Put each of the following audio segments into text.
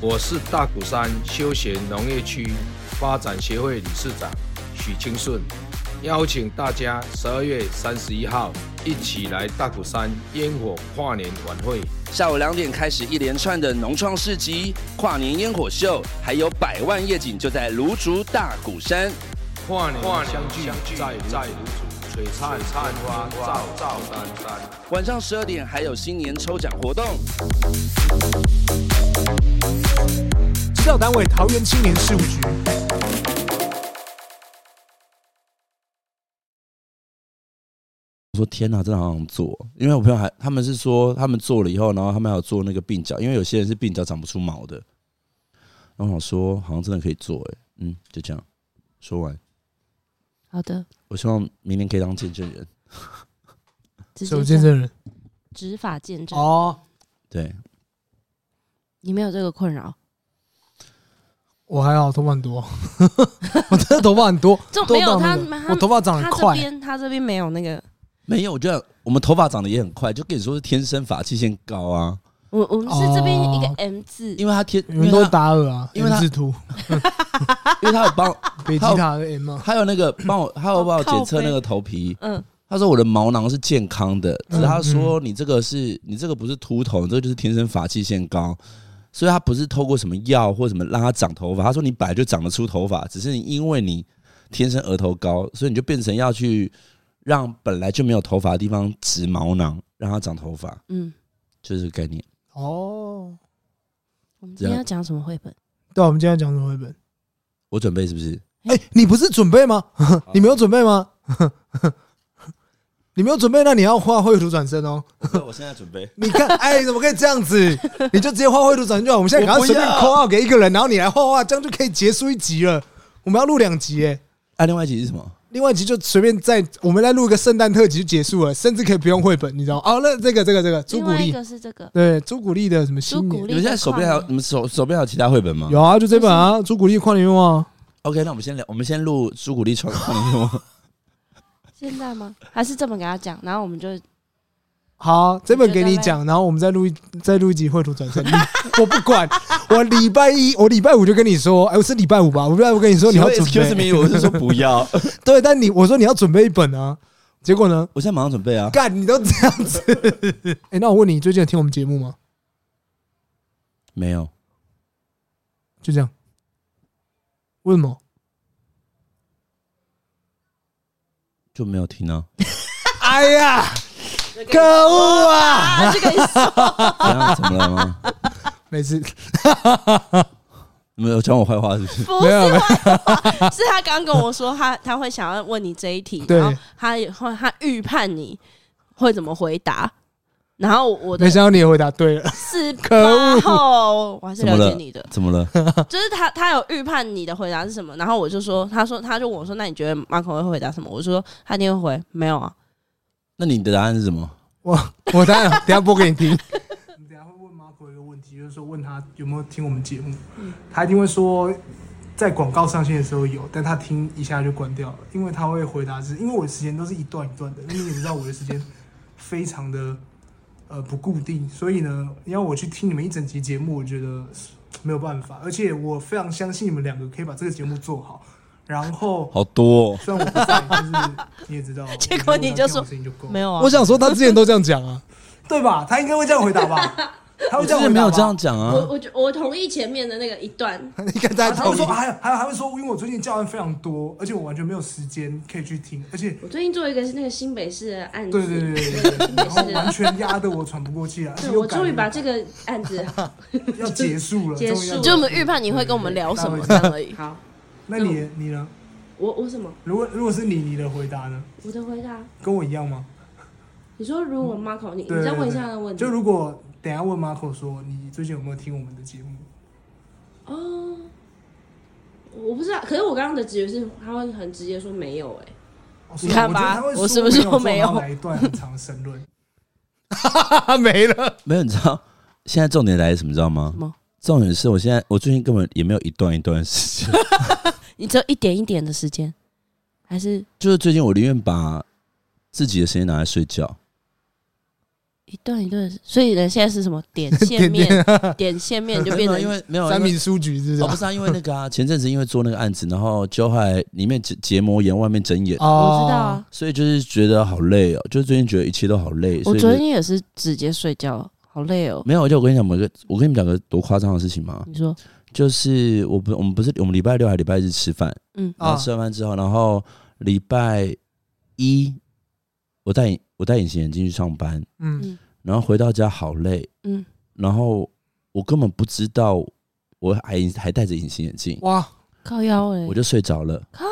我是大鼓山休闲农业区发展协会理事长许清顺，邀请大家十二月三十一号一起来大鼓山烟火跨年晚会。下午两点开始一连串的农创市集、跨年烟火秀，还有百万夜景就在芦竹大鼓山。跨年相聚在在如竹，璀璨灿花照照丹丹。晚上十二点还有新年抽奖活动，指导单位桃园青年事务局。我说天哪，真的好想做，因为我朋友还他们是说他们做了以后，然后他们还有做那个鬓角，因为有些人是鬓角长不出毛的。然后我说好像真的可以做、欸，哎，嗯，就这样说完。好的，我希望明年可以当见证人，直接什么见证人？执法见证，哦，对你没有这个困扰，我还好，头发很多，我真的头发很多，这都没有长他很多他我头发长得他这快，边他这边没有那个，没有，我觉得我们头发长得也很快，就跟你说是天生发际线高啊，我我们是这边一个哦 M 字，因为他天，你因为们都他打耳啊，因为他 M 字图，因为他有帮，北极塔的 M 啊，他有那个帮我，他有帮我哦靠检测那背个头皮，嗯，他说我的毛囊是健康的，只是他嗯说你这个是你这个不是秃头，你这个就是天生发际线高，所以他不是透过什么药或什么让它长头发。他说你本来就长得出头发，只是你因为你天生额头高，所以你就变成要去让本来就没有头发的地方植毛囊，让它长头发，嗯，就是这个概念。哦，我们这今天样要讲什么绘本？对啊，我们今天要讲什么绘本？我准备是不是？哎、你不是准备吗？你没有准备吗？ 你没有准备，那你要画绘图转身哦。 我现在准备。你 看，哎，怎么可以这样子？你就直接画绘图转身就好。我们现在赶快随便我不要扣号给一个人，然后你来画画，这样就可以结束一集了。我们要录两集哎，啊，另外一集是什么？另外一集就随便再我们再录一个圣诞特辑就结束了，甚至可以不用绘本，你知道吗？哦，那这个这个这个朱另古外一力，个是这个对朱古力的什么朱新古力，年？你们现在手边还有啊你们手手边还有其他绘本吗？有啊，就这本啊，朱古力跨年愿望啊。 OK，那我们先聊，我们先录朱古力创创业吗？现在吗？还是这么给他讲，然后我们就好，这本给你讲，然后我们再录一再录一集绘图转身。你 我不管，我礼拜一，我礼拜五就跟你说，哎，我是礼拜五吧，我礼拜五 跟你说你要准 Excuse 备， me，我 是说不要。对，但你我说你要准备一本啊，结果呢？我现在马上准备啊！干，你都这样子。 哎，那我问你，最近有听我们节目吗？没有，就这样。为什么？就没有听啊。哎呀，可恶啊！啊，这个怎样？怎么了吗？ 每次没有讲我坏话是不是？ 不没是有没有我， 是他刚跟我说他他会想要问你这一题，对然后他也会他预判你会怎么回答，然后我的没想到你也回答对了，是可八恶后，我还是了解你的，怎么了？就是他他有预判你的回答是什么，然后我就说他说他就问我说那你觉得马可会回答什么？我就说他一定会回没有啊，那你的答案是什么？我我当 然等一下播给你听。你等一下会问 Marco 一个问题，就是说问他有没有听我们节目，他一定会说在广告上线的时候有，但他听一下就关掉了，因为他会回答是因为我的时间都是一段一段的，因为你知道我的时间非常的呃不固定，所以呢，要我去听你们一整集节目，我觉得没有办法，而且我非常相信你们两个可以把这个节目做好，然后。好多、哦。虽然我不 在，但是你也知道，结果你就说我觉得我这样听我的声音就够了没有啊，我想说，他之前都这样讲啊，对吧？他应该会这样回答吧？他我之会这样前回答没有吗这样讲我啊，我觉我同意前面的那个一段，哎你看大家他会同说，意，还有还有还会说，因为我最近教案非常多，而且我完全没有时间可以去听，而且我最近做一个是那个新北市的案子，对对对对对对，然后完全压得我喘不过气啊来。而且啊对又我感终于觉把这个案子要结束了，结终于要束结就我们预判你会跟我们聊什么这样而已。好，那你你呢？我我什么？如果如果是你，你的回答呢？我的回答，跟我一样吗？你说如果 Marco，你你对再问一下那个问题，就如果等一下问 Marco 说你最近有没有听我们的节目？哦，我不知道，可是我刚刚的直觉是他会很直接说没有、欸，哦你看吧我我是不是说没有来一段很长的申论？他没了。没有，你知道现在重点来是什么，你知道吗？什么重点是我现在我最近根本也没有一段一段的时间， 你只有一点一点的时间，还是就是最近我宁愿把自己的时间拿来睡觉，一段一段的时？所以人现在是什么点线点面？点点 线面就没变有啊成因为没有因为三明书局是哦，不不是？是啊，因为那个 啊，前阵子因为做那个案子，然后就还里面结结膜炎，外面睁眼，我知道啊，所以就是觉得好累哦，就是最近觉得一切都好累。所我以昨就天也是直接睡觉，好累哦。没有，而且我跟你讲，我个我跟你们讲个多夸张的事情嘛，你说就是我不我们不是我们礼拜六还礼拜日吃饭，嗯然啊后吃完饭之后，然后礼拜一我戴隐我戴隐形眼镜去上班，嗯，然后回到家好累，嗯，然后我根本不知道我还还戴着隐形眼镜，哇，靠腰哎、我就睡着了。靠，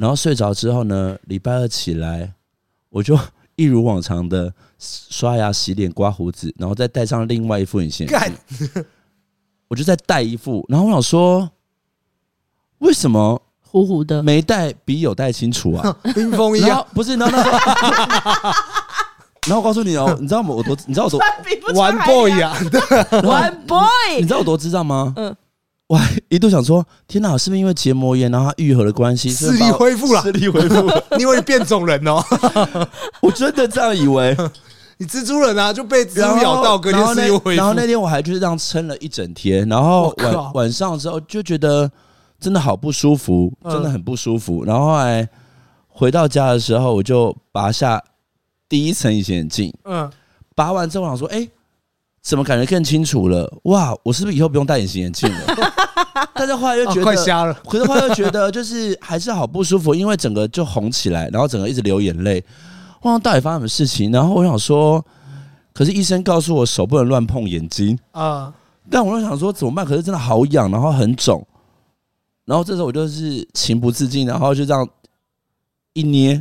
然后睡着之后呢，礼拜二起来，我就一如往常的刷牙、洗脸、刮胡子，然后再戴上另外一副隐形眼镜，干， 我就再戴一副。然后我想说，为什么糊糊的，没戴比有戴清楚啊？冰封一然样后，不是，然后 那时候，然后我告诉你哦，你知道我我多，你知道我多，玩 boy 啊，玩 boy 你知道我多智障吗？嗯嗯。我还一度想说，天哪，是不是因为结膜炎，然后它愈合的关系，所视以力把我恢复了视，力恢复 了，你以为你变种人哦？ 我真的这样以为。你蜘蛛人啊，就被蜘然后蛛咬到，隔天视力又恢然后那。然后复。那 天我还就是这样撑了一整天，然后我靠晚晚上之后就觉得真的好不舒服，嗯真的很不舒服。然后后来回到家的时候，我就拔下第一层隐形眼镜，嗯，拔完之后我想说，哎、怎么感觉更清楚了？哇，我是不是以后不用戴隐形眼镜了？ 但是后来又啊觉快得。瞎了。可是后来又觉得就是还是好不舒服，因为整个就红起来，然后整个一直流眼泪，忘了到底发生什么事情。然后我想说，可是医生告诉我手不能乱碰眼睛， 啊，但我又想说怎么办？可是真的好痒，然后很肿，然后这时候我就是情不自禁，然后就这样一捏，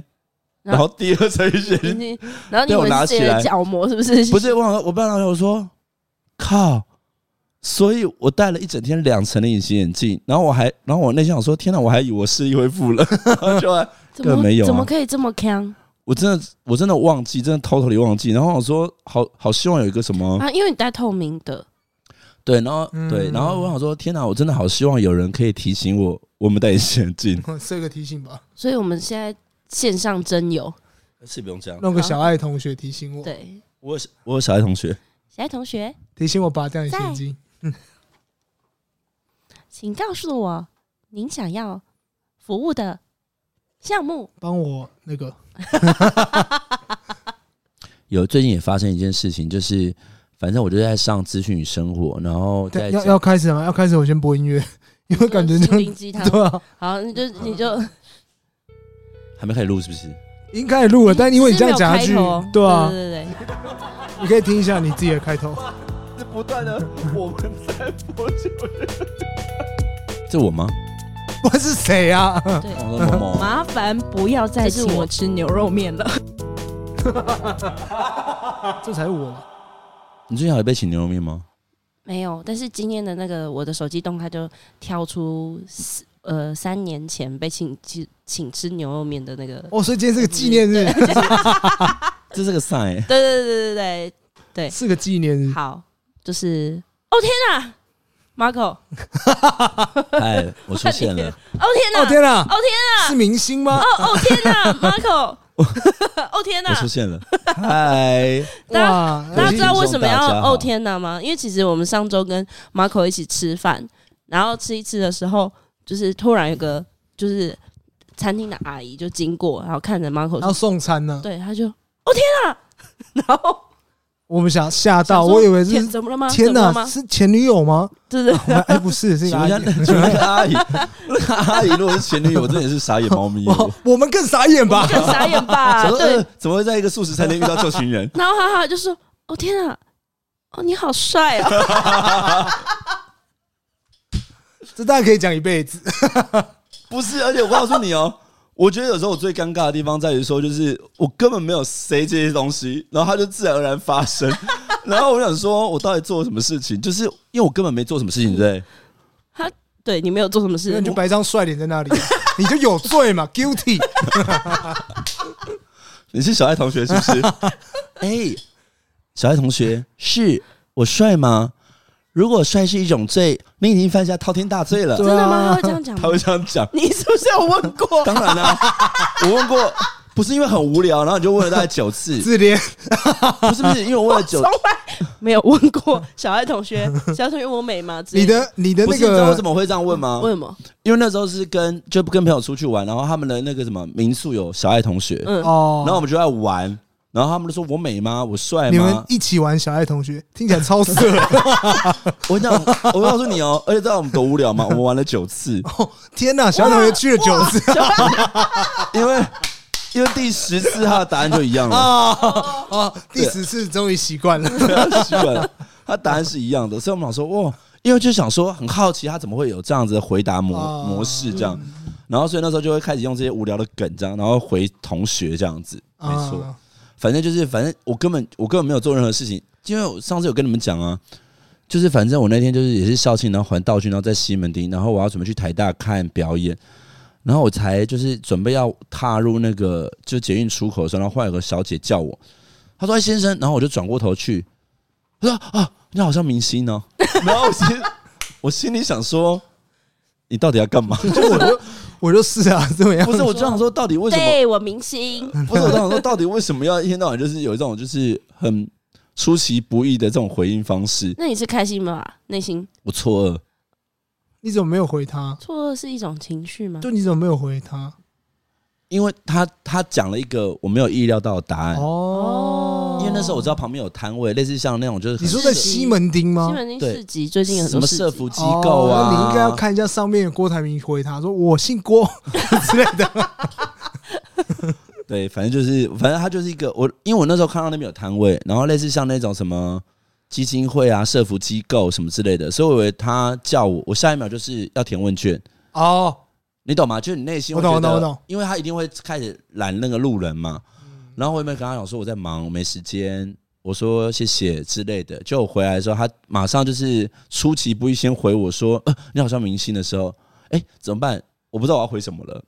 然然后后第二层血你你然后你以被我为拿是自己起的来角膜是不是？不是，我想说我不然我说靠，所以我戴了一整天两层的隐形眼镜，然后我还，然后我内心想说天哪，我还以为我视力恢复了， 然后就还怎根么本没有啊怎么可以这么强我真的我真的忘记，真的偷偷的忘记，然后我说好好希望有一个什么啊？因为你戴透明的，对，然后嗯对，然后我想说天哪，我真的好希望有人可以提醒我，我们戴隐形眼镜，设个提醒吧，所以我们现在线上真友，是不用这样，弄个小爱同学提醒我，对，我有我有小爱同学，小爱同学， 提醒我拔掉你眼睛。请告诉我您想要服务的项 目。帮我那个有最近也发生一件事情，就是反正我就在上资讯与生活，然后在对要要开始了吗？要开始，我先播音乐， 因为感觉就心灵鸡汤，对啊，好，你就你 就还没开始录是不是？已经开始录了，但因为你这样讲下只去是没有开头，哦对啊，对对对，你可以听一下你自己的开头。 是不断的我们在播酒这我吗？我是谁啊？我说某某麻烦不要再请我吃牛肉面了。 这才是我吧。你最近还有被请牛肉面吗？没有。但是今天的那个我的手机动态就跳出四呃三年前被请请请吃牛肉面的那个，哦，所以今天是个纪念日，这是个 sign，对对对对对对是个纪念日对，。好，就是哦天哪，Marco，哦哎，我出现了，天哪，哦天哪，哦是明星吗哦？哦天哪 ，Marco，哦天哪我，出现了，嗨，大家哇，大家知道为什么要大家好哦天哪吗？因为其实我们上周跟 Marco 一起吃饭，然后吃一吃的时候，就是突然有个就是餐厅的阿姨就哦经过，然后看着 Marco 要说，送餐呢？ 对，他就哦天哪，然后我我们想吓啊想到，说我以为是天怎么了吗？天啊哪哪，，是前女 友吗？对对，我们哎，不是，是一请个阿问一下，姨。请问一下阿 姨，那个阿姨如果是前女友，我真的也是傻眼猫咪 耶。 我我们更傻眼 吧？更傻眼吧？ 想说啊对呃，怎么会在一个素食餐厅遇到这群 人？然后哈哈就说：“哦天啊，哦你好帅啊 这大家可以讲一辈子。不是，而且我告诉你哦，我觉得有时候我最尴尬的地方在于说，就是我根本没有塞这些东西，然后它就自然而然发生。然后我想说，我到底做了什么事情？就是因为我根本没做什么事情，对不对？！”对你没有做什么那事你，就摆一张帅脸在那里，啊 你就有罪嘛，guilty。你是小爱同学是不 是？哎、小爱同学，是我帅吗？如果帅是一种罪，你已经犯下滔天大罪啊了。真的吗？他会这样讲他吗？会这样讲， 你是不是有问过？ 当然啦、 我问过，不是因为很无聊，然后你就问了大概九次，自恋，啊不是不是因为我问了九从，来没有问过小爱同学， 小爱同学我美吗？之类你的你的不那是你知道为个什么会这样问吗？为什么？因为那时候是跟就跟朋友出去玩，然后他们的那个什么民宿有小爱同学，嗯，哦，然后我们就在玩，然后他们就说我美吗？我帅你们吗？一起玩小爱同学，听起来 超色。我讲，我告诉你哦，而且知道我们多无聊吗？我们玩了九次，天哪，小爱同学去了九次因为 因为第十次他的答案就一样了，啊 啊！第十次终于习惯了，对 啊习惯了，他答案是一样的，所以我们想说哇，因为就想说很好奇他怎么会有这样子的回答模、哦模式这样，然后所以那时候就会开始用这些无聊的梗这样，然后回同学这样子，没错。啊反正就是，反正我根本我根本没有做任何事情，因为我上次有跟你们讲啊，就是反正我那天就是也是校庆，然后还道具，然后在西门町，然后我要准备去台大看表演，然后我才就是准备要踏入那个就捷运出口的时候，然后忽然有个小姐叫我，她说：“哎，先生。”然后我就转过头去，她说：“啊，你好像明星哦。”然后我心我心里想说，你到底要干嘛？就我就我就是啊，怎么样不？是，我就想说，到底为什么？对我明星， 不是我想说，到底为什么要一天到晚就是有一种就是很出其不意的这种回应方式？那你是开心吗？内心我错愕，你怎么没有回他？错愕是一种情绪吗？就你怎么没有回他？因为他他讲了一个我没有意料到的答案，哦因为那时候我知道旁边有摊位，类似像那种就是很你说在是西门町吗西？门町对市集最近有很什多么市集社服机构啊，哦那你应该要看一下上面有郭台铭回他说我姓郭 之类的。对，反正就是反正他就是一个我，因为我那时候看到那边有摊位，然后类似像那种什么。基金会啊，社服机构什么之类的，所以我以为他叫我，我下一秒就是要填问卷，哦，你懂吗？就是你内心会我懂觉得我懂我嗯懂，因为他一定会开始拦那个路人嘛。然后我也没有跟他讲说我在忙，我没时间，我说谢谢之类的。就我回来的时候，他马上就是出其不意先回我说：“呃，你好像明星的时候，哎，怎么办？我不知道我要回什么了。”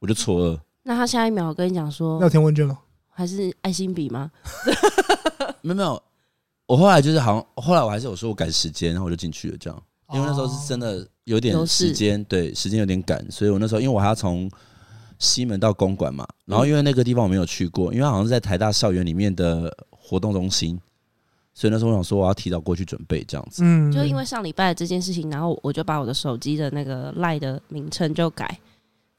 我就错 愕，那他下一秒跟你讲说那，填问卷吗？还是爱心笔吗？没有没有。我后来就是好像，后来我还是有说我赶时间，然后我就进去了这样，因为那时候是真的有有点事时间，对时间有点赶，所以我那时候因为我还要从西门到公馆嘛，然后因为那个地方我没有去过，因为它好像是在台大校园里面的活动中心，所以那时候我想说我要提早过去准备这样子。嗯就因为上礼拜这件事情，然后我就把我的手机的那个赖的名称就改，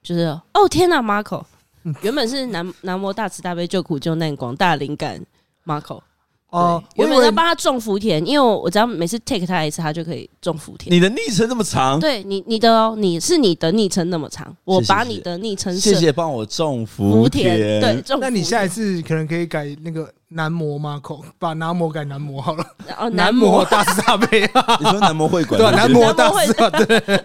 就是哦天呐，Marco，原 本是南南无大慈大悲救苦救难广大灵感 Marco，哦，对原我以本要为帮他种福田，因为我我只要每次 take 他一次，他就可以种福田。你的昵称这么长，对你你的哦，你是你的昵称那么长，我谢谢把谢谢你的昵称谢设谢帮我种福福田，对，，种那你福下一田次可能可以改那个男模 Marco，把男模改男模好了。哦男模模大慈大悲啊，你说南模会馆 对啊，是不是男模大慈大 悲，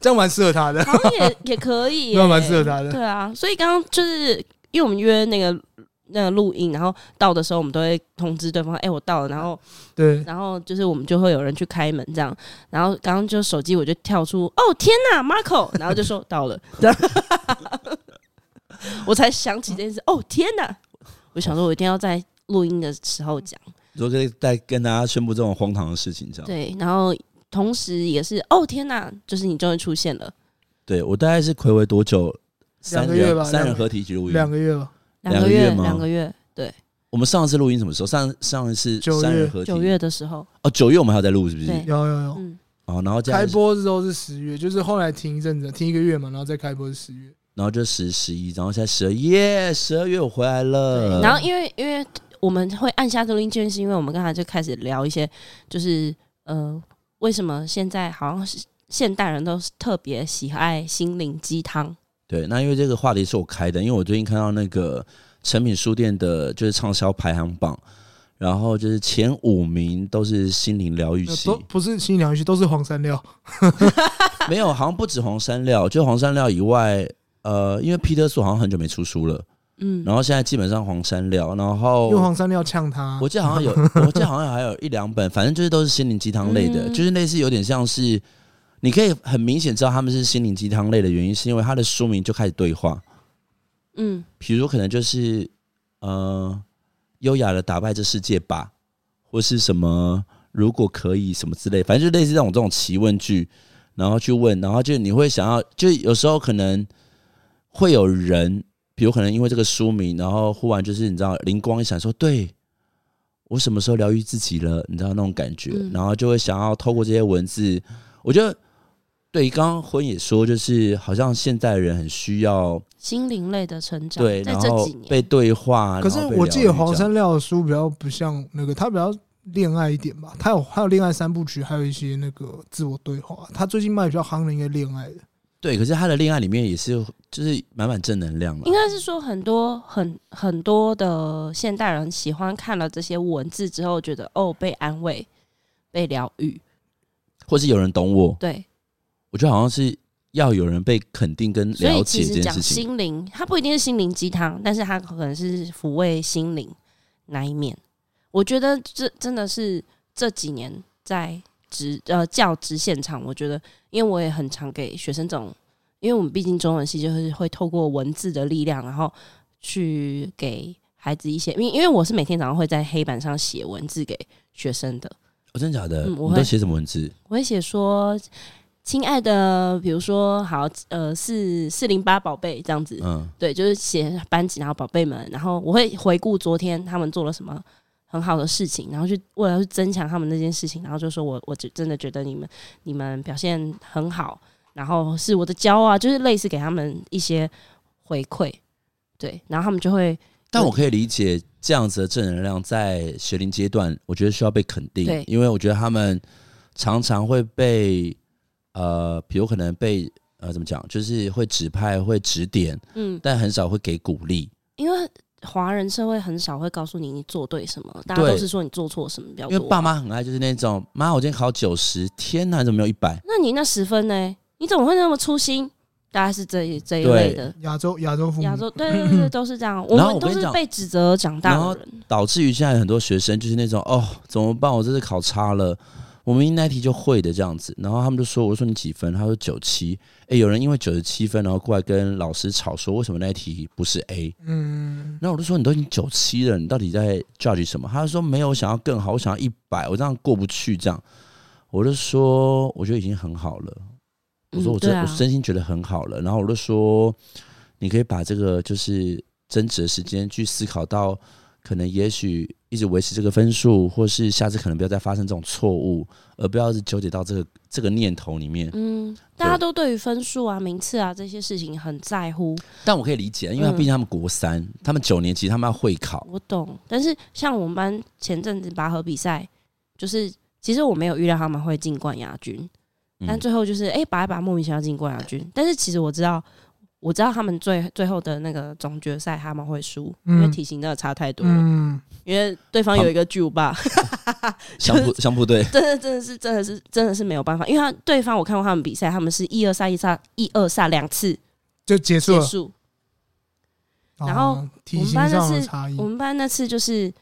这样蛮适合他的，好像也也可以 耶，对啊，蛮适 合他的。对啊，所以刚刚就是因为我们约那个那个录音，然后到的时候我们都会通知对方，哎、我到了，然后 对，然后就是我们就会有人去开门这样，然后刚刚就手机我就跳出，哦天呐，Marco，然后就说 到了，这样我才想起这件事，哦天呐，我想说我一定要在录音的时候讲，你说可以再跟大家宣布这种荒唐的事情，这样。对，然后同时也是哦天呐，就是你终于出现了，对我大概是暌违多久？三两个月吧人三人两个合体一起录音，两个月吧，两个两个月月吗两个月，对，我们上次录音什么时候？上上一次九月三人合体九月的时候，哦，九月我们还有在录，是不是？对有有有。嗯，哦，然后这样开，播的时候是十月，就是后来停一阵子，停一个月嘛，然后再开播是十月。然后就十十一，然后现在十二，耶，十二月我回来了。然后因为因为。我们会按下这个音键，是因为我们刚才就开始聊一些，就是呃，为什么现在好像是现代人都是特别喜爱心灵鸡汤？对，那因为这个话题是我开的，因为我最近看到那个诚品书店的就是畅销排行榜，然后就是前五名都是心灵疗愈呃系都，不是新娘鱼，都是黄山料。哦 没有，好像不止黄山料，就黄山料以外，呃，因为皮特斯好像很久没出书了，嗯，然后现在基本上黄山料，然后用黄山料呛他我，记得好像 有，我记得好像还有一两本，反正就是都是心灵鸡汤类的，嗯就是类似有点像是，你可以很明显知道他们是心灵鸡汤类的原因，是因为他的书名就开始对话，嗯比如可能就是呃，优雅的打败这世界吧，或是什么如果可以什么之类，反正就类似这种这种奇问句，然后去问，然后就你会想要，就有时候可能会有人，比如可能因为这个书名，然后忽然就是你知道灵光一闪，说对。我什么时候疗愈自己了？你知道那种感觉，嗯然后就会想要透过这些文字，我觉得对。刚刚婚也说，就是好像现代人很需要心灵类的成长，对，在然这后几年，被对话。可是然后被我记疗得愈黄这样山料的书比较不像那个，他比较恋爱一点吧。他有还有恋爱三部曲，还有一些那个自我对话。他最近卖比较夯的应该恋爱的，对，可是他的恋爱里面也是就是满满正能量了啊应。该是说很多很很多的现代人喜欢看了这些文字之后，觉得哦被安慰、被疗愈，或是有人懂我，对，我觉得好像是要有人被肯定跟所以了其解实这件讲事情。心灵，它不一定是心灵鸡汤，但是它可能是抚慰心灵那一面。我觉得这真的是这几年在职呃教职现场，我觉得因为我也很常给学生这种，因为我们毕竟中文系就是会透过文字的力量，然后去给孩子一些，因为因为我是每天早上会在黑板上写文字给学生的，哦，真的假的？嗯我你会都写什么文字？我会写说。亲爱的，比如说好，呃，四四零八宝贝这样子，嗯，对，就是写班级，然后宝贝们，然后我会回顾昨天他们做了什么很好的事情，然后去为了去增强他们那件事情，然后就说我我就真的觉得你们你们表现很好，然后是我的骄傲啊，就是类似给他们一些回馈，对，然后他们就会但我可以理解这样子的正能量在学龄阶段，我觉得需要被肯定对，因为我觉得他们常常会被呃，比如可能被呃怎么讲，就是会指派、会指点，嗯，但很少会给鼓励。因为华人社会很少会告诉你你做对什么，大家都对是说你做错什么比较因多为爸。妈很爱就是那种，妈，我今天考九十，天哪，你怎么没有一百？那你那十分呢？你怎么会那么粗心？大概是这一这一类的。亚洲亚洲父母亚洲对对对对，都是 这样。嗯我然后们我都跟你是讲被指责长大然后的人，导致于现在很多学生就是那种哦，怎么办？我这次考差了，我明明那一题就会的这样子。然后他们就说，我说你几分？他说九七。哎，有人因为九十七分，然后过来跟老师吵说，为什么那一题不是 A？嗯，那我就说你都已经九七了，你到底在 judge 什么？他就说没有，我想要更好，我想要一百，我这样过不去这样。我就说我觉得已经很好了，我说嗯我真、对啊我真心觉得很好了。然后我就说你可以把这个就是争执的时间去思考到，可能也许一直维持这个分数，或是下次可能不要再发生这种错误，而不要是纠结到这个这个念头里面。嗯，大家都对于分数啊、名次啊这些事情很在乎，但我可以理解，因为嗯毕竟他们国三，他们九年级他们要会考，我懂。但是像我们班前阵子拔河比赛，就是其实我没有预料他们会进冠亚军，嗯但最后就是哎、拔一拔莫名其妙进冠亚军。但是其实我知道，我知道他们最最后的那个总决赛他们会输，因为嗯体型真的差太多了。嗯，因为对方有一个巨无霸，相 扑相扑队。真的真的是真的是真的是没有办法，因为他对方我看过他们比赛，他们是一二赛一赛一二赛两次就结束结了。束。哦然后体型上我的们班的是嗯差异我，们班那次就是，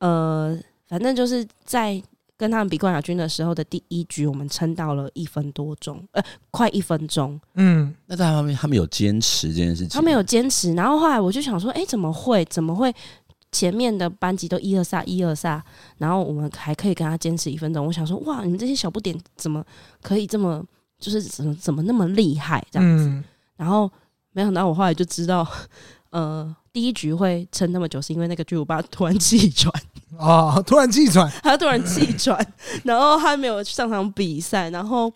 呃，反正就是在跟他们比冠亚军的时候的第一局，我们撑到了一分多钟，呃，快一分钟，嗯，那在他们他们有坚持这件事情，他们有坚持。然后后来我就想说，哎、怎么会？怎么会？前面的班级都一二萨一二萨，然后我们还可以跟他坚持一分钟。我想说，哇，你们这些小不点怎么可以这么，就是怎么怎么那么厉害这样子？嗯然后没想到我后来就知道，呃，第一局会撑那么久，是因为那个巨无霸突然气喘， 哦，突然气喘，他突然气喘，然后他没有上场比赛，然后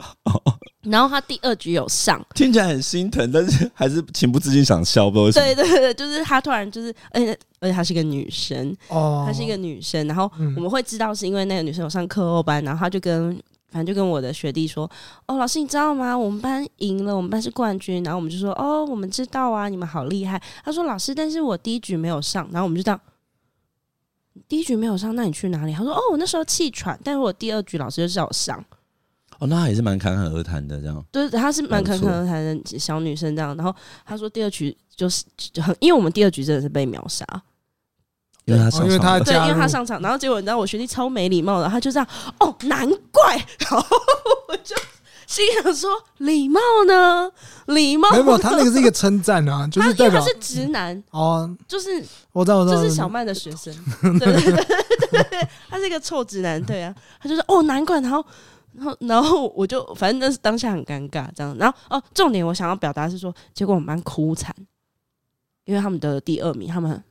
然后他第二局有上， 听起来很心疼，但是还是情不自禁想笑，不知道为什么。对对对，就是他突然就是，而且而且她是一个女生，哦，她是一个女生，然后嗯我们会知道是因为那个女生有上课后班，然后她就跟反正就跟我的学弟说，哦，老师你知道吗？我们班赢了，我们班是冠军，然后我们就说，哦，我们知道啊，你们好厉害。他说老师，但是我第一局没有上，然后我们就这样。第一局没有上，那你去哪里？他说：“哦，我那时候气喘，但是我第二局老师就叫我上，哦，那也是蛮侃侃而谈的这样。对，她是蛮侃侃而谈的小女生这样。然后她说第二局就是就很，因为我们第二局真的是被秒杀，因为他哦上因为场他了 对，加因为她入上场，然后结果你知道我学弟超没礼貌的，他就这样，哦，难怪，然后我就心想说礼貌呢，礼貌 没有没有，呢他那个是一个称赞 啊，就他是因为代他表是直男，哦，就是我知道我知就道，是小曼的学生，对对对对对对，他是一个臭直男，对啊，他就说哦难怪，然后然后然后我就反正那是当下很尴尬这样，然后哦重点我想要表达是说，结果我们班哭惨，因为他们得了第二名，他们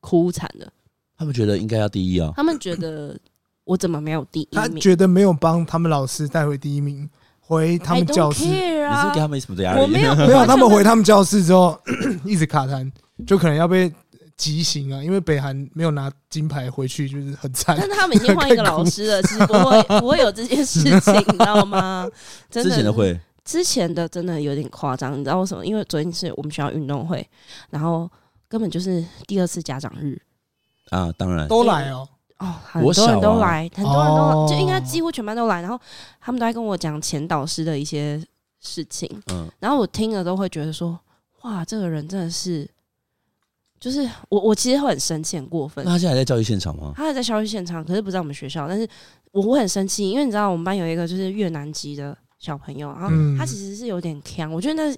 哭惨了，他们觉得应该要第一哦。他们觉得我怎么没有第一他名？觉得没有帮他们老师带回第一名，回他们 I don't 教 care 室，你是不是给啊他们什么的压力？我 没有没有他们回他们教室之后 一直卡痰，就可能要被极刑啊，因为北韩没有拿金牌回去，就是很惨但。是他每天换一个老师了，其实不会不会有这件事情，你知道吗？真之前的会之前的真的有点夸张，你知道为什么？因为昨天是我们学校运动会，然后根本就是第二次家长日啊，当然都来哦，哦，很国小多人都啊来，很多人都、哦就应该几乎全班都来，然后他们都在跟我讲前导师的一些事情，嗯然后我听了都会觉得说，哇，这个人真的是，就是我我其实会很生气，很过分那。他现在还在教育现场吗？他还在消息现场，可是不在我们学校，但是我会很生气，因为你知道我们班有一个就是越南籍的小朋友，然后嗯他其实是有点强，我觉得那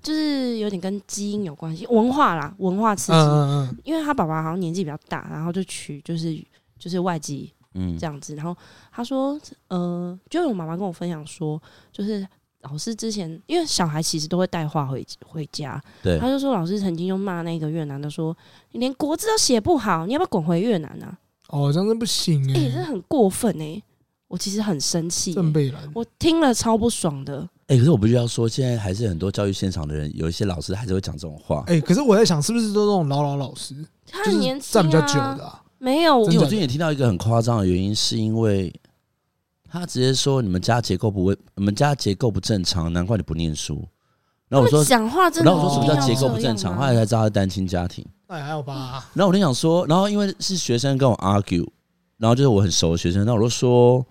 就是有点跟基因有关系，文化啦，文化刺嗯激，嗯嗯，因为他爸爸好像年纪比较大，然后就娶就是就是外籍嗯这，样子，然后他说，呃，就有妈妈跟我分享说，就是老师之前因为小孩其实都会带话回回家，对他，就说老师曾经就骂那个越南的说，你连国字都写不好，你要不要滚回越南啊？哦，这样真不行嗯哎、欸，这哎，很过分哎、我其实很生气欸、郑贝兰，我听了超不爽的。哎，可是我必须要说，现在还是很多教育现场的人，有一些老师还是会讲这种话。哎，可是我在想，是不是都这种老老老师，他就很是年轻、啊，站比较久的啊？没有因为我真的最近也听到一个很夸张的原因，是因为他直接说你们家结构不为，你们家结构不正常，难怪你不念书。然后我他说，们讲话真的然一后定我要说什么这样吗，啊叫结构不正常？后来才知道他是单亲家庭。那也还好吧，然后我就想说，然后因为是学生跟我 argue，然后就是我很熟的学生，那我就说，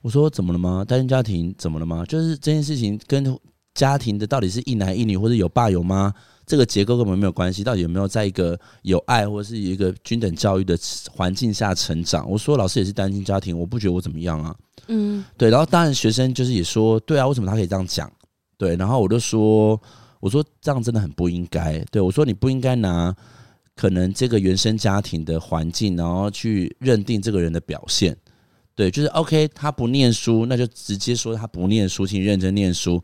我说怎么了吗？单亲家庭怎么了吗？就是这件事情跟家庭的到底是一男一女或者有爸有妈这个结构根本没有关系，到底有没有在一个有爱或者是有一个均等教育的环境下成长？我说老师也是单亲家庭，我不觉得我怎么样啊。嗯，对，然后当然学生就是也说，对啊，为什么他可以这样讲？对，然后我就说，我说这样真的很不应该。对我说你不应该拿可能这个原生家庭的环境，然后去认定这个人的表现。对，就是 OK，他不念书，那就直接说他不念书，请你认真念书，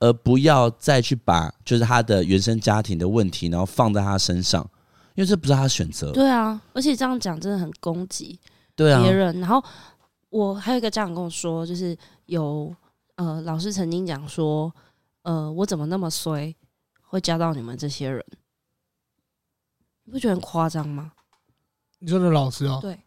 而不要再去把就是他的原生家庭的问题，然后放在他身上，因为这不是他的选择。对啊，而且这样讲真的很攻击对啊，别、人。然后我还有一个家长跟我说，就是有呃老师曾经讲说，呃我怎么那么衰，会教到你们这些人，你不觉得很夸张吗？你说的老师哦，对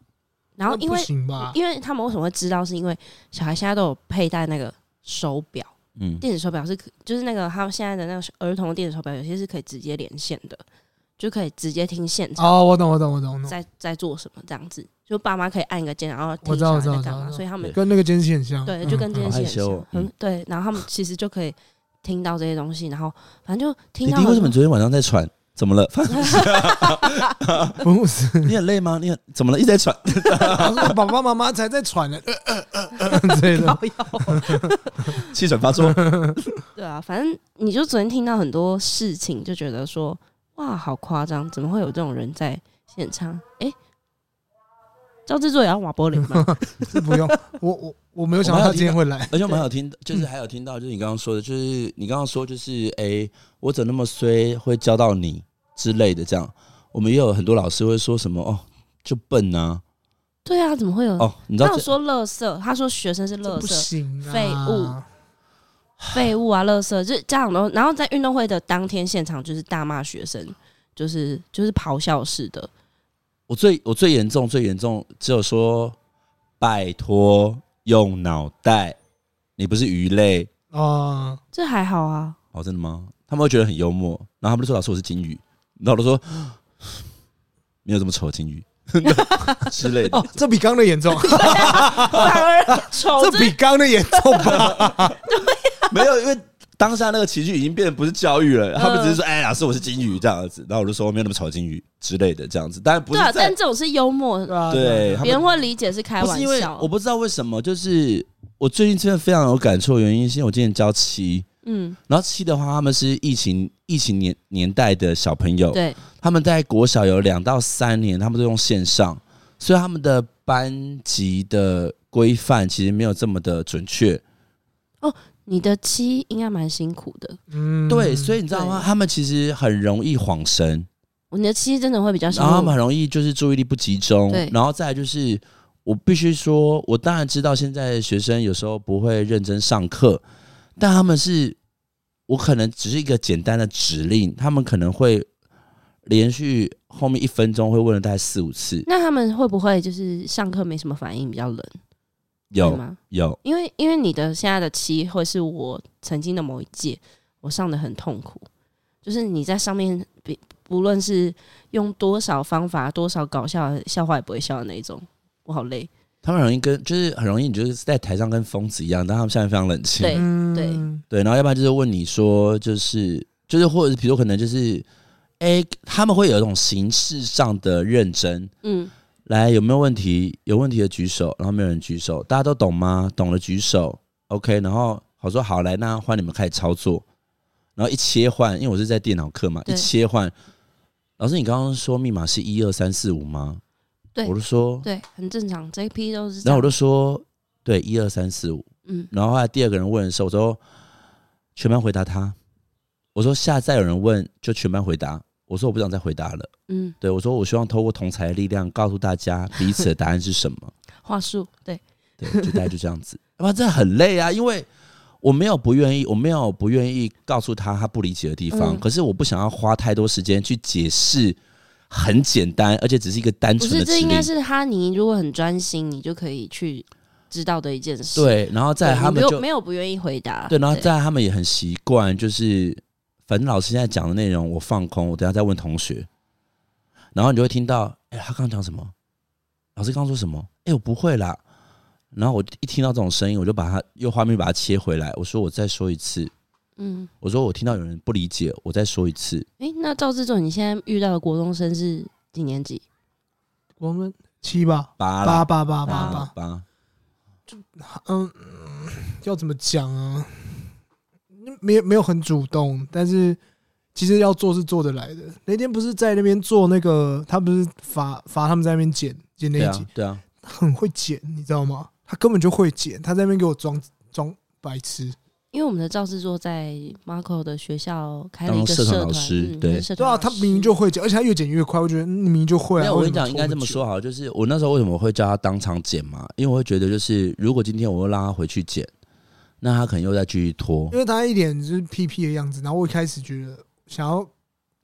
然后那因为不行啊吧，因为他们为什么会知道？是因为小孩现在都有佩戴那个手表，嗯，电子手表是可就是那个他们现在的那个儿童的电子手表，有些是可以直接连线的，就可以直接听现场哦，我懂我懂我懂，我懂在在做什么这样子，就爸妈可以按一个键，然后听我知小道孩我知道在干我知嘛，道所以他们跟那个监视器很像，对嗯就跟这件好害事情羞很哦像很嗯对，然后他们其实就可以听到这些东西，然后反正就听弟到弟为什么很你昨天晚上在喘？怎么了？ 嗯不是，你很累吗？你很怎么了？一直在喘。他说爸爸妈妈才在喘呢， 呃呃呃呃之类的，高药气喘发作。对啊，反正你就昨天听到很多事情，就觉得说哇，好夸张，怎么会有这种人在现场？哎、赵制作也要瓦波林吗？ 这不用，我我我没有想到他今天会 来，而且我们还有 听，就是还有听到，就是你刚刚说的，就是你刚刚说，就是哎、诶我怎么那么衰，会教到你之类的这样。我们也有很多老师会说什么哦，就笨啊，对啊，怎嗯么会有？哦，你知他道有这说垃圾，他说学生是垃不圾，行啊，废物废物啊、垃圾，就是家长都，然后在运动会的当天现场就是大骂学生，就是就是咆哮式的，我最我最严重最严重只有说，拜托用脑袋，你不是鱼类啊，这还好啊。哦，真的吗？他们会觉得很幽默，然后他们就说老师我是金鱼，然后我都说 没有这么丑的金鱼 之类的。哦，这比刚的严重， 反而丑，这比刚的严 重吧？没有，因为当下那个情绪已经变得不是教育了，他们只嗯是说：“哎，老师，我是金鱼这样子。”然后我就说：“我没有那么丑的金鱼之类的这样子。”当然不对是啊，在但这种是幽默，对啊，对他别人们会理解是开不是因玩为笑。我不知道为什么，就是我最近真的非常有感触，的原因是因为我今年教七，嗯，然后七的话，他们是疫情疫情年年代的小朋友，对，他们在国小有两到三年，他们都用线上，所以他们的班级的规范其实没有这么的准确。嗯你的妻应该蛮辛苦的，嗯对，所以你知道吗？对他们其实很容易晃神，你的妻真的会比较辛然后他们苦很。容易就是注意力不集中对，然后再来就是我必须说，我当然知道现在学生有时候不会认真上课，但他们是我可能只是一个简单的指令，他们可能会连续后面一分钟会问了大概四五次，那他们会不会就是上课没什么反应，比较冷，对有吗？有，因为因为你的现在的妻，或是我曾经的某一届，我上的很痛苦，就是你在上面，比不论是用多少方法、多少搞笑的笑话也不会笑的那一种，我好累。他们很容易跟就是很容易，你就是在台上跟疯子一样，但他们现在非常冷静，对嗯对对，然后要不然就是问你说，就是就是，或者是比如可能就是，哎、他们会有一种形式上的认真，嗯，来有没有问题？有问题的举手，然后没有人举手，大家都懂吗？懂了举手，OK，然后我说好来，那换你们开始操作，然后一切换，因为我是在电脑课嘛，一对切换，老师你刚刚说密码是一二三四五吗？对我就说，对，很正常，这一批都是这啊然样。后我就说，对，一二三四五。嗯，然后后来第二个人问的时候，我说全班回答他，我说下次再有人问就全班回答，我说我不想再回答了。嗯，对我说我希望透过同才的力量告诉大家彼此的答案是什么。话术对，对，就大概就这样子。哇，这很累啊，因为我没有不愿意，我没有不愿意告诉他他不理解的地方，嗯可是我不想要花太多时间去解释。很简单，而且只是一个单不纯的是，指这应令该。是哈尼如果很专心，你就可以去知道的一件事。对，然后对，再来你他们不用就没有不愿意回答。对，然后再来他们也很习惯，就是反正老师现在讲的内容我放空，我等一下再问同学，然后你就会听到，哎、他刚刚讲什么？老师刚刚说什么？哎、我不会啦。然后我一听到这种声音，我就把它用画面把它切回来，我说我再说一次，嗯，我说我听到有人不理解，我再说一次，诶，那赵志总，你现在遇到的国中生是几年级？我们七吧，八八啦八八八八八，八，嗯，嗯要怎么讲啊？没有没有很主动，但是其实要做是做得来的。那天不是在那边做那个，他不是罚罚他们在那边剪剪那对一集啊，对啊，他很会剪，你知道吗？他根本就会剪，他在那边给我装装白痴。因为我们的赵制作在 Marco 的学校开了当一个社团社老团，师嗯对是社对团啊，老他师明明就会剪，而且他越剪越快。我觉得嗯你明明就会没啊。有，我为跟什你讲，么应该拖这么那久说，好了，就是我那时候为什么会叫他当场剪嘛？因为我会觉得，就是如果今天我又让他回去剪，那他可能又在继续拖，因为他一脸就是屁屁的样子，然后我一开始觉得想要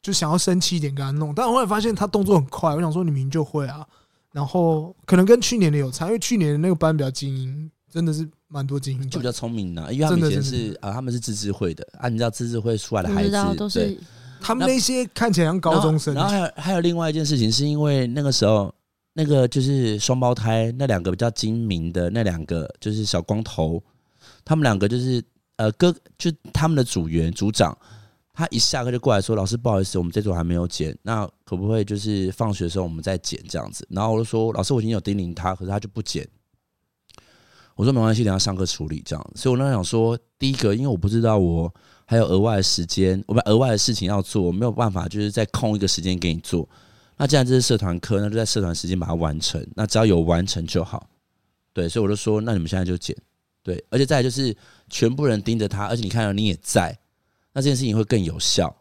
就想要生气一点跟他弄，但我后来发现他动作很快，我想说你明明就会啊，然后可能跟去年的有差，因为去年的那个班比较精英，真的是蛮多精英就班比较聪明啦，因为他们真以的前真的是啊，他们是自治会的啊，你知道自治会出来的我孩知道子都对是他们那些看起来像高中生然，后然后还有还有另外一件事情，是因为那个时候那个就是双胞胎那两个比较精明的那两个就是小光头，他们两个就是呃哥就他们的组员组长。他一下课就过来说：“老师，不好意思，我们这组还没有剪，那可不可以就是放学的时候我们再剪这样子？”然后我就说：“老师，我已经有叮咛他，可是他就不剪。”我说：“没关系，等一下上课处理这样。”所以我那时候想说，第一个，因为我不知道我还有额外的时间，我们额外的事情要做，我没有办法就是再空一个时间给你做。那既然这是社团课，那就在社团时间把它完成。那只要有完成就好。对，所以我就说，那你们现在就剪。对，而且再来就是全部人盯着他，而且你看到你也在，那这件事情会更有效。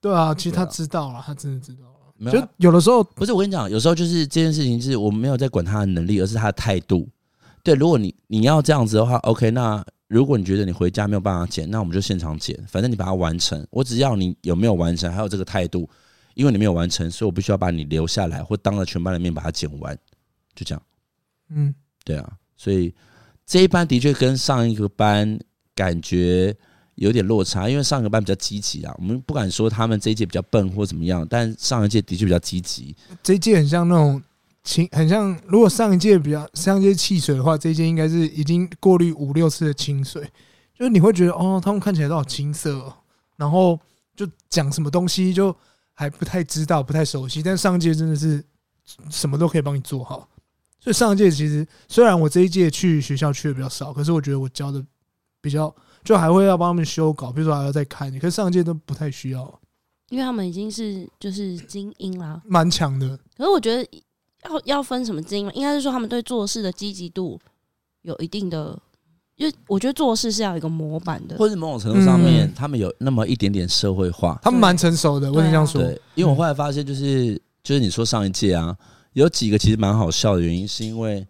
对啊，其实他对啊知道了，他真的知道了。没有啊就，有的时候不是我跟你讲，有时候就是这件事情是我没有在管他的能力，而是他的态度。对，如果你你要这样子的话，OK，那如果你觉得你回家没有办法剪，那我们就现场剪，反正你把它完成。我只要你有没有完成，还有这个态度，因为你没有完成，所以我必须要把你留下来，或当着全班的面把它剪完，就这样。嗯，对啊，所以这一班的确跟上一个班感觉有点落差，因为上一个班比较积极啊。我们不敢说他们这一届比较笨或怎么样，但上一届的确比较积极。这一届很像那种清，很像如果上一届比较上一届汽水的话，这一届应该是已经过滤五六次的清水，就是你会觉得哦，他们看起来都好青涩、哦，然后就讲什么东西就还不太知道、不太熟悉，但上一届真的是什么都可以帮你做好。所以上一届其实虽然我这一届去学校去的比较少，可是我觉得我教的比较，就还会要帮他们修稿，比如说还要再看。可是上一届都不太需要，因为他们已经是就是精英啦。蛮强的。可是我觉得要要分什么精英，应该是说他们对做事的积极度有一定的，因为我觉得做事是要有一个模板的。或者某种程度上面，嗯他们有那么一点点社会化。他们蛮成熟啊的，我得这样说。对，因为我后来发现，就是就是你说上一届啊，有几个其实蛮好笑的原因，是因为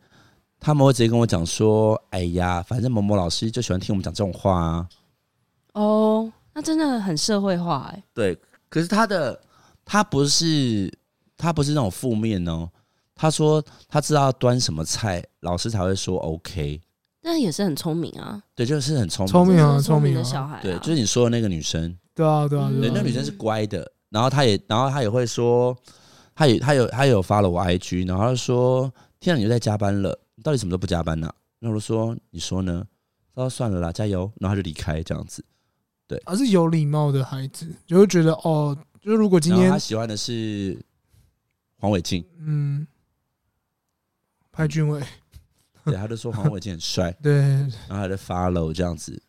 他们会直接跟我讲说：“哎呀，反正某某老师就喜欢听我们讲这种话啊。哦，那真的很社会化哎、”对，可是他的他不是他不是那种负面哦，他说他知道要端什么菜，老师才会说 OK。但也是很聪明啊，对，就是很聪明，聪明啊，就是聪聪明明的啊，小孩、啊，对，就是你说的那个女生，对啊，对嗯啊，对，对那啊。女生是乖的，然后她也，然后她也会说，她也，她有，她有发了我 IG，然后她就说，天啊，你又在加班了，你到底什么时候不加班呢、那我就说，你说呢？她说算了啦，加油，然后她就离开这样子。而是有礼貌的孩子，就会觉得哦，就是如果今然后天她喜欢的是黄伟晋，嗯，派俊伟，对，她就说黄伟晋很 帅，对然后她就 follow 这样子。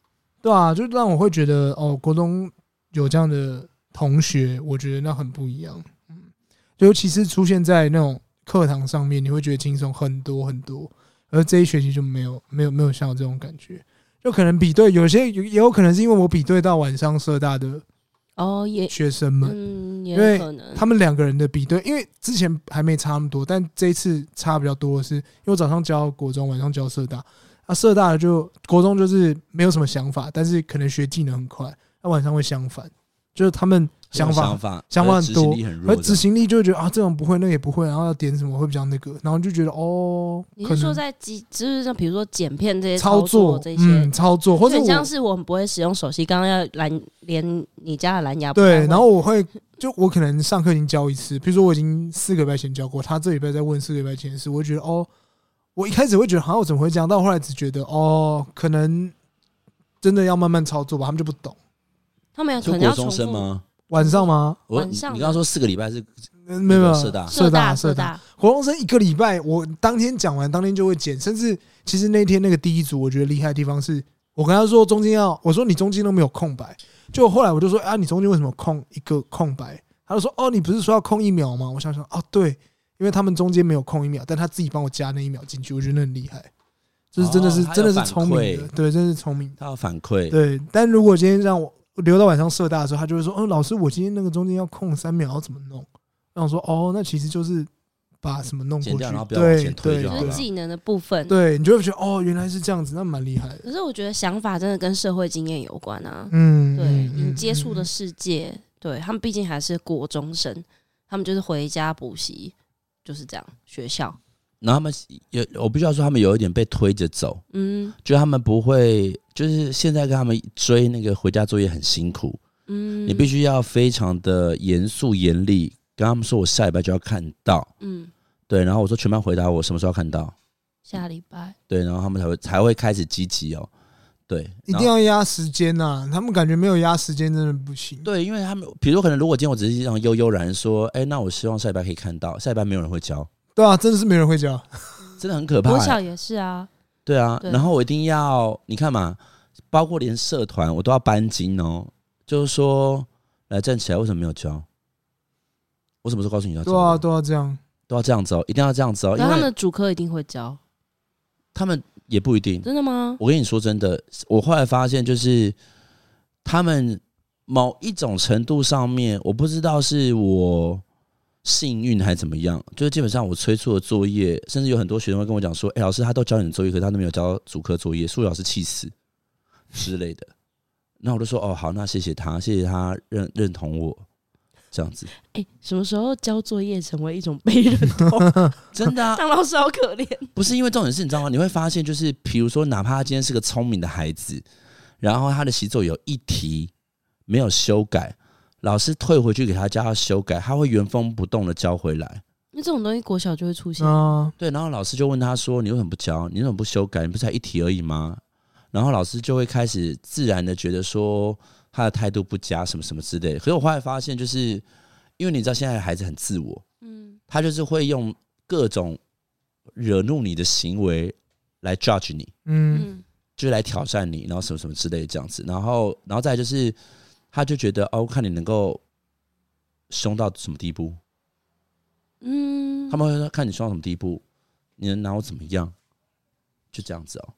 对啊，就让我会觉得哦，国中有这样的同学，我觉得那很不一样。嗯，尤其是出现在那种课堂上面，你会觉得轻松很多很多。而这一学期就没有没有没有像我这种感觉，就可能比对有些有也有可能是因为我比对到晚上社大的哦也学生们，嗯也因为有可能他们两个人的比对，因为之前还没差那么多，但这一次差比较多的是，因为我早上教国中，晚上教社大，啊，社大的就国中就是没有什么想法，但是可能学技能很快，那、晚上会相反，就是他们想想法，法，想法而很执行多力很弱而这执样。行力就会觉得啊，这种不会，那个也不会，然后要点什么会比较那个，然后就觉得哦，你可是能说在机，就是像比如说剪片这些操作作这些，嗯，操作或就者很我像是我很不会使用手机，刚刚要蓝连你家的蓝牙不太对，会然后我会就我可能上课已经教一次，比如说我已经四个礼拜前教过，他这礼拜在问四个礼拜前的事，我就觉得哦，我一开始会觉得好像我怎么会这样，但我后来只觉得哦，可能真的要慢慢操作吧，他们就不懂。他们有可说能要国重中生复吗？晚上啊吗？我晚你上你刚刚说四个礼拜是嗯没有没有，社大社大社社大，活动生一个礼拜，我当天讲完，当天就会剪。甚至其实那天那个第一组，我觉得厉害的地方是，我跟他说中间要，我说你中间都没有空白。就后来我就说啊，你中间为什么空一个空白？他就说哦，你不是说要空一秒吗？我想想哦，对，因为他们中间没有空一秒，但他自己帮我加那一秒进去，我觉得很厉害。就是真的是、哦他有真的是聪明反的，对，真的是聪明的。他要反馈，对，但如果今天让我留到晚上社大的时候，他就会说：“嗯，老师，我今天那个中间要空三秒，要怎么弄？”然后我说：“哦，那其实就是把什么弄剪过去掉然后，不要往对前推对就好就是了对技能的部分。对，你就会觉得哦，原来是这样子，那蛮厉害的。可是我觉得想法真的跟社会经验有关啊。嗯，对嗯你接触的嗯世界，对他们毕竟还是国中生，他们就是回家补习，就是这样。学校，然后他们有，我必须要说他们有一点被推着走。嗯就他们不会，就是现在跟他们追那个回家作业很辛苦，嗯，你必须要非常的严肃严厉，跟他们说我下礼拜就要看到，嗯，对，然后我说全班回答我什么时候要看到，下礼拜对，然后他们才会才会开始积极哦，对，一定然后要压时间呐、他们感觉没有压时间真的不行。对，因为他们比如说可能如果今天我只是让悠悠然说，哎、那我希望下礼拜可以看到，下礼拜没有人会教，对啊，真的是没人会教。真的很可怕、国哎小也是啊，对啊，对然后我一定要你看嘛，包括连社团我都要搬金哦，就是说来站起来，为什么没有教？我什么时候告诉你要教对啊，都要这样。都要这样子哦，一定要这样子哦，因然后他们为的主科一定会教，他们也不一定。真的吗？我跟你说真的，我后来发现就是他们某一种程度上面，我不知道是我幸运还怎么样，就是基本上我催促的作业，甚至有很多学生会跟我讲说：“哎、老师，他都教你的作业，可是他都没有教主科作业，数学老师气死。”之类的。那我就说哦好，那谢谢他，谢谢他认认同我这样子，哎、什么时候交作业成为一种被 认同？真的、啊、当老师好可怜，不是因为重点是你知道吗？你会发现就是，比如说，哪怕他今天是个聪明的孩子，然后他的习作有一题没有修改，老师退回去给他叫他修改，他会原封不动的交回来。因为这种东西国小就会出现。啊，对，然后老师就问他说：“你为什么不教？你为什么不修改？你不是才一题而已吗？”然后老师就会开始自然的觉得说他的态度不佳，什么什么之类的。可是我后来发现，就是因为你知道现在的孩子很自我，嗯，他就是会用各种惹怒你的行为来 judge 你，嗯嗯，就是来挑战你，然后什么什么之类的这样子。然后，然后再来就是，他就觉得哦，看你能够凶到什么地步，嗯，他们会说看你凶到什么地步，你能拿我怎么样？就这样子哦，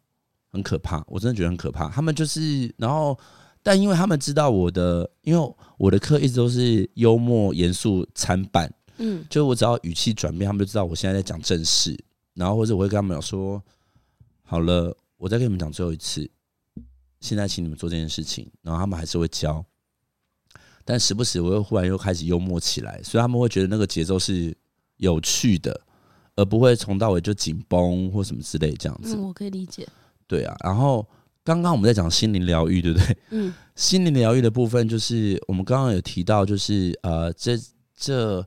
很可怕，我真的觉得很可怕。他们就是，然后，但因为他们知道我的，因为我的课一直都是幽默、严肃参半，嗯就是我只要语气转变，他们就知道我现在在讲正事。然后或者我会跟他们讲说，好了，我再跟你们讲最后一次，现在请你们做这件事情，然后他们还是会教。但时不时我又忽然又开始幽默起来，所以他们会觉得那个节奏是有趣的，而不会从到尾就紧绷或什么之类这样子。嗯，我可以理解，对啊，然后刚刚我们在讲心灵疗愈，对不对？嗯心灵疗愈的部分，就是我们刚刚有提到，就是呃，这这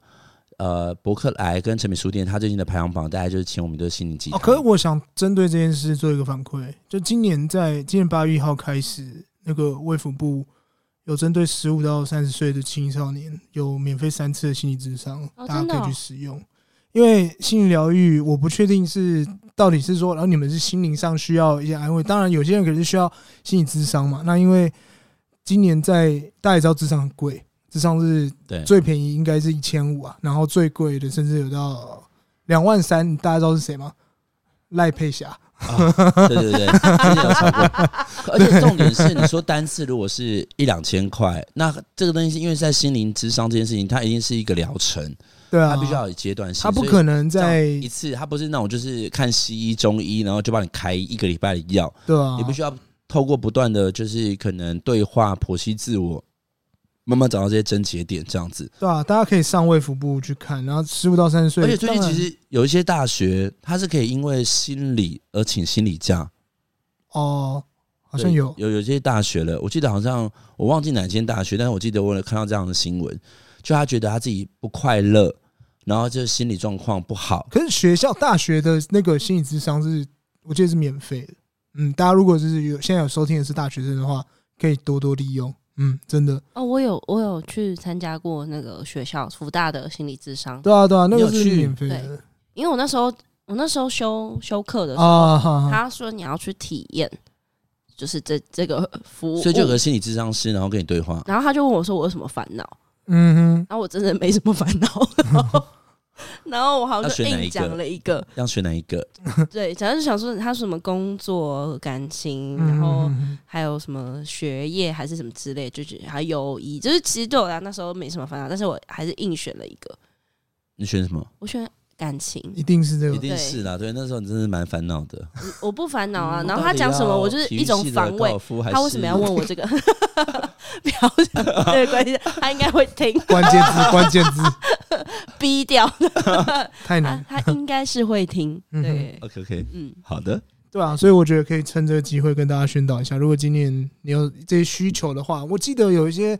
呃，伯克莱跟诚品书店，它最近的排行榜，大概就是请我们的心灵鸡哦，汤。可是我想针对这件事做一个反馈，就今年在今年八月一号开始，那个卫福部有针对十五到三十岁的青少年有免费三次的心理智商，哦大真的家可以哦去使用。因为心理疗愈，我不确定是到底是说，然后你们是心灵上需要一些安慰，当然有些人可能是需要心理智商嘛。那因为今年在大家也知道智商很贵，智商是对最便宜应该是一千五啊，然后最贵的甚至有到两万三，大家知道是谁吗？赖佩霞，对对对，之前有超过。而且重点是，你说单次如果是一两千块，那这个东西是因为在心灵智商这件事情，它一定是一个疗程，对啊，它必须要有阶段性，他不所以可能在这样一次，它不是那种就是看西医、中医，然后就帮你开一个礼拜的药，对啊，你必须要透过不断的就是可能对话、剖析自我，慢慢找到这些症结点，这样子。对啊，大家可以上卫福部去看，然后十五到三十岁，而且最近当然其实有一些大学，它是可以因为心理而请心理假，哦，好好像有有有些大学了，我记得好像我忘记哪间大学，但是我记得我有看到这样的新闻，就他觉得他自己不快乐，然后就是心理状况不好，可是学校大学的那个心理智商是，我记得是免费的。嗯，大家如果就是有现在有收听的是大学生的话，可以多多利用。嗯，真的，哦，我有我有去参加过那个学校福大的心理智商，对啊，对啊，那你个有是去免费的因为我那时候我那时候修修课的时候，啊。哈哈他说你要去体验，就是这这个服务，所以就有个心理智商师，然后跟你对话。然后他就问我说我有什么烦恼，嗯然后我真的没什么烦 恼，然后然后我好像那就选哪一硬讲个了一 个，要选哪一个？对，反正就想说他什么工作、感情，哼，然后嗯哼还有什么学业还是什么之类，就是还有友谊，就是其实对我来讲那时候没什么烦恼，但是我还是硬选了一个，你选什么？我选感 情，一定是这一个，定是啦，对，那时候你真是蛮烦恼的。我不烦恼嗯嗯啊。然后他讲什么，我就是一种防卫。，他为什么要问？我这个？ 不要讲这个关系，他应该会听 关键 字，关键字逼掉的，太难他了。他应该是会听。嗯哼对， OK OK，嗯，好 的，对啊，所以我觉得可以趁这个机会跟大家宣导一下，如果今年你有这些需求的话，我记得有一些，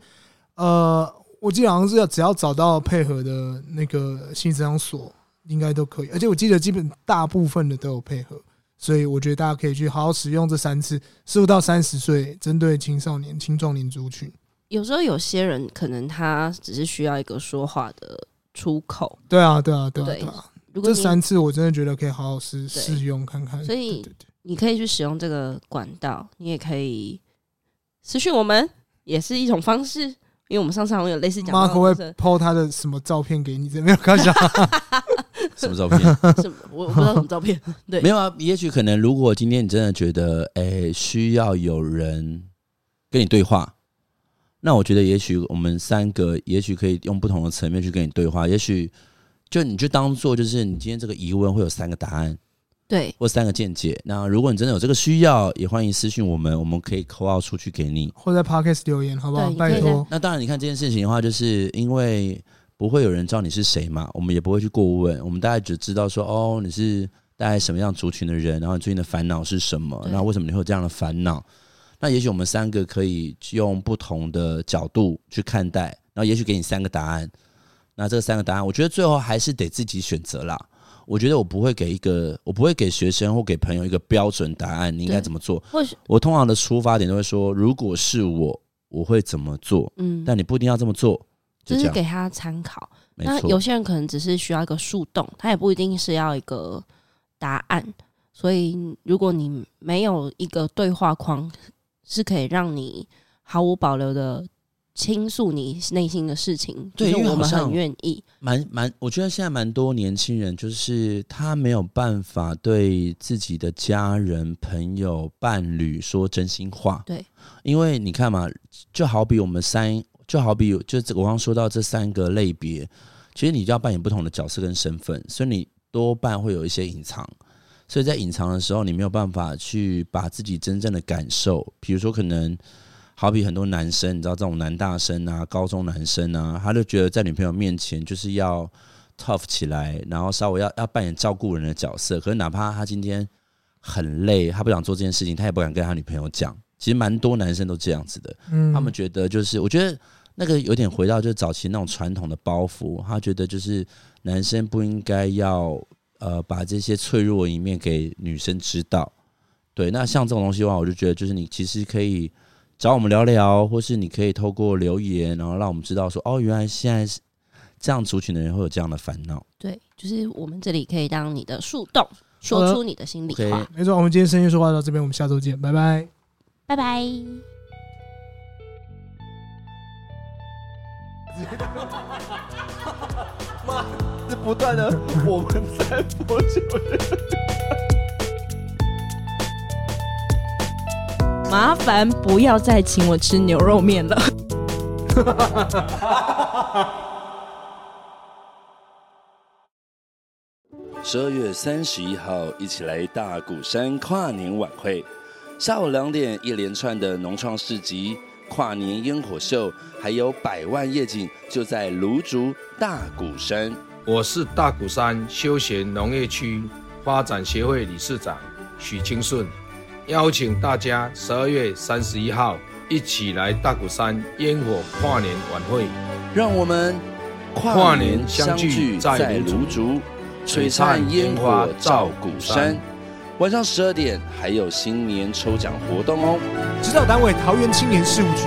呃，我记得好像是要只要找到配合的那个心理咨商所，应该都可以。而且我记得基本大部分的都有配合，所以我觉得大家可以去好好使用这三次，十五到三十岁针对青少年、青壮年族群。有时候有些人可能他只是需要一个说话的出口。对啊，对啊，对啊，对对啊。如果这你三次我真的觉得可以好好对试试用看看。所以对对对你可以去使用这个管道，你也可以私讯我们，也是一种方式。因为我们上次好像有类似讲到，Mark 会这 PO 他的什么照片给你？这没有开 玩笑。什么照片？什么，我我不知道什么照 片。对没有啊，也许可能，如果今天你真的觉得，哎、需要有人跟你对话，那我觉得也许我们三个，也许可以用不同的层面去跟你对话，也许就你就当做就是你今天这个疑问会有三个答案，对，或三个见解。那如果你真的有这个需要，也欢迎私讯我们，我们可以扣号出去给你。或者在 podcast 留言，好不好？对拜你可以托，那当然，你看这件事情的话，就是因为不会有人知道你是谁嘛，我们也不会去过问，我们大概只知道说，哦，你是大概什么样族群的人，然后你最近的烦恼是什么，对那为什么你会有这样的烦恼？那也许我们三个可以用不同的角度去看待，然后也许给你三个答案。那这三个答案，我觉得最后还是得自己选择啦。我觉得我不会给一个，我不会给学生或给朋友一个标准答案，你应该对怎么做？或许我通常的出发点都会说，如果是我，我会怎么做？嗯，但你不一定要这么做，就这是样，给他参考。没那错，有些人可能只是需要一个树洞，他也不一定是要一个答案。所以，如果你没有一个对话框，是可以让你毫无保留的倾诉你内心的事情，对就是因为我们好像很愿意。蛮蛮，我觉得现在蛮多年轻人，就是他没有办法对自己的家人、朋友、伴侣说真心话。对，因为你看嘛，就好比我们三，就好比有，就这我刚刚说到这三个类别，其实你就要扮演不同的角色跟身份，所以你多半会有一些隐藏。所以在隐藏的时候，你没有办法去把自己真正的感受，比如说可能好比很多男生，你知道这种男大生啊、高中男生啊，他就觉得在女朋友面前就是要 tough 起来，然后稍微要要扮演照顾人的角色。可是哪怕他今天很累，他不想做这件事情，他也不敢跟他女朋友讲。其实蛮多男生都这样子的，嗯，他们觉得就是，我觉得那个有点回到就是早期那种传统的包袱，他觉得就是男生不应该要呃把这些脆弱的一面给女生知道。对，那像这种东西的话，我就觉得就是你其实可以找我们聊聊，或是你可以透过留言，然后让我们知道说哦，原来现在是这样族群的人会有这样的烦恼。对，就是我们这里可以当你的树洞，说好的出你的心里 OK 话。没错，我们今天深夜说话到这边，我们下周见，拜拜。拜拜。是不断的我们在播球。麻烦不要再请我吃牛肉面了。十二月三十一号，一起来大鼓山跨年晚会。下午两点，一连串的农创市集、跨年烟火秀，还有百万夜景，就在芦竹大鼓山。我是大鼓山休闲农业区发展协会理事长许清顺，邀请大家十二月三十一号一起来大鼓山烟火跨年晚会，让我们跨年相聚在在芦芦竹，璀璀璨璨烟烟火花照照鼓鼓山山。晚上十二点还有新年抽奖活动哦。指导单位桃园青年事务局。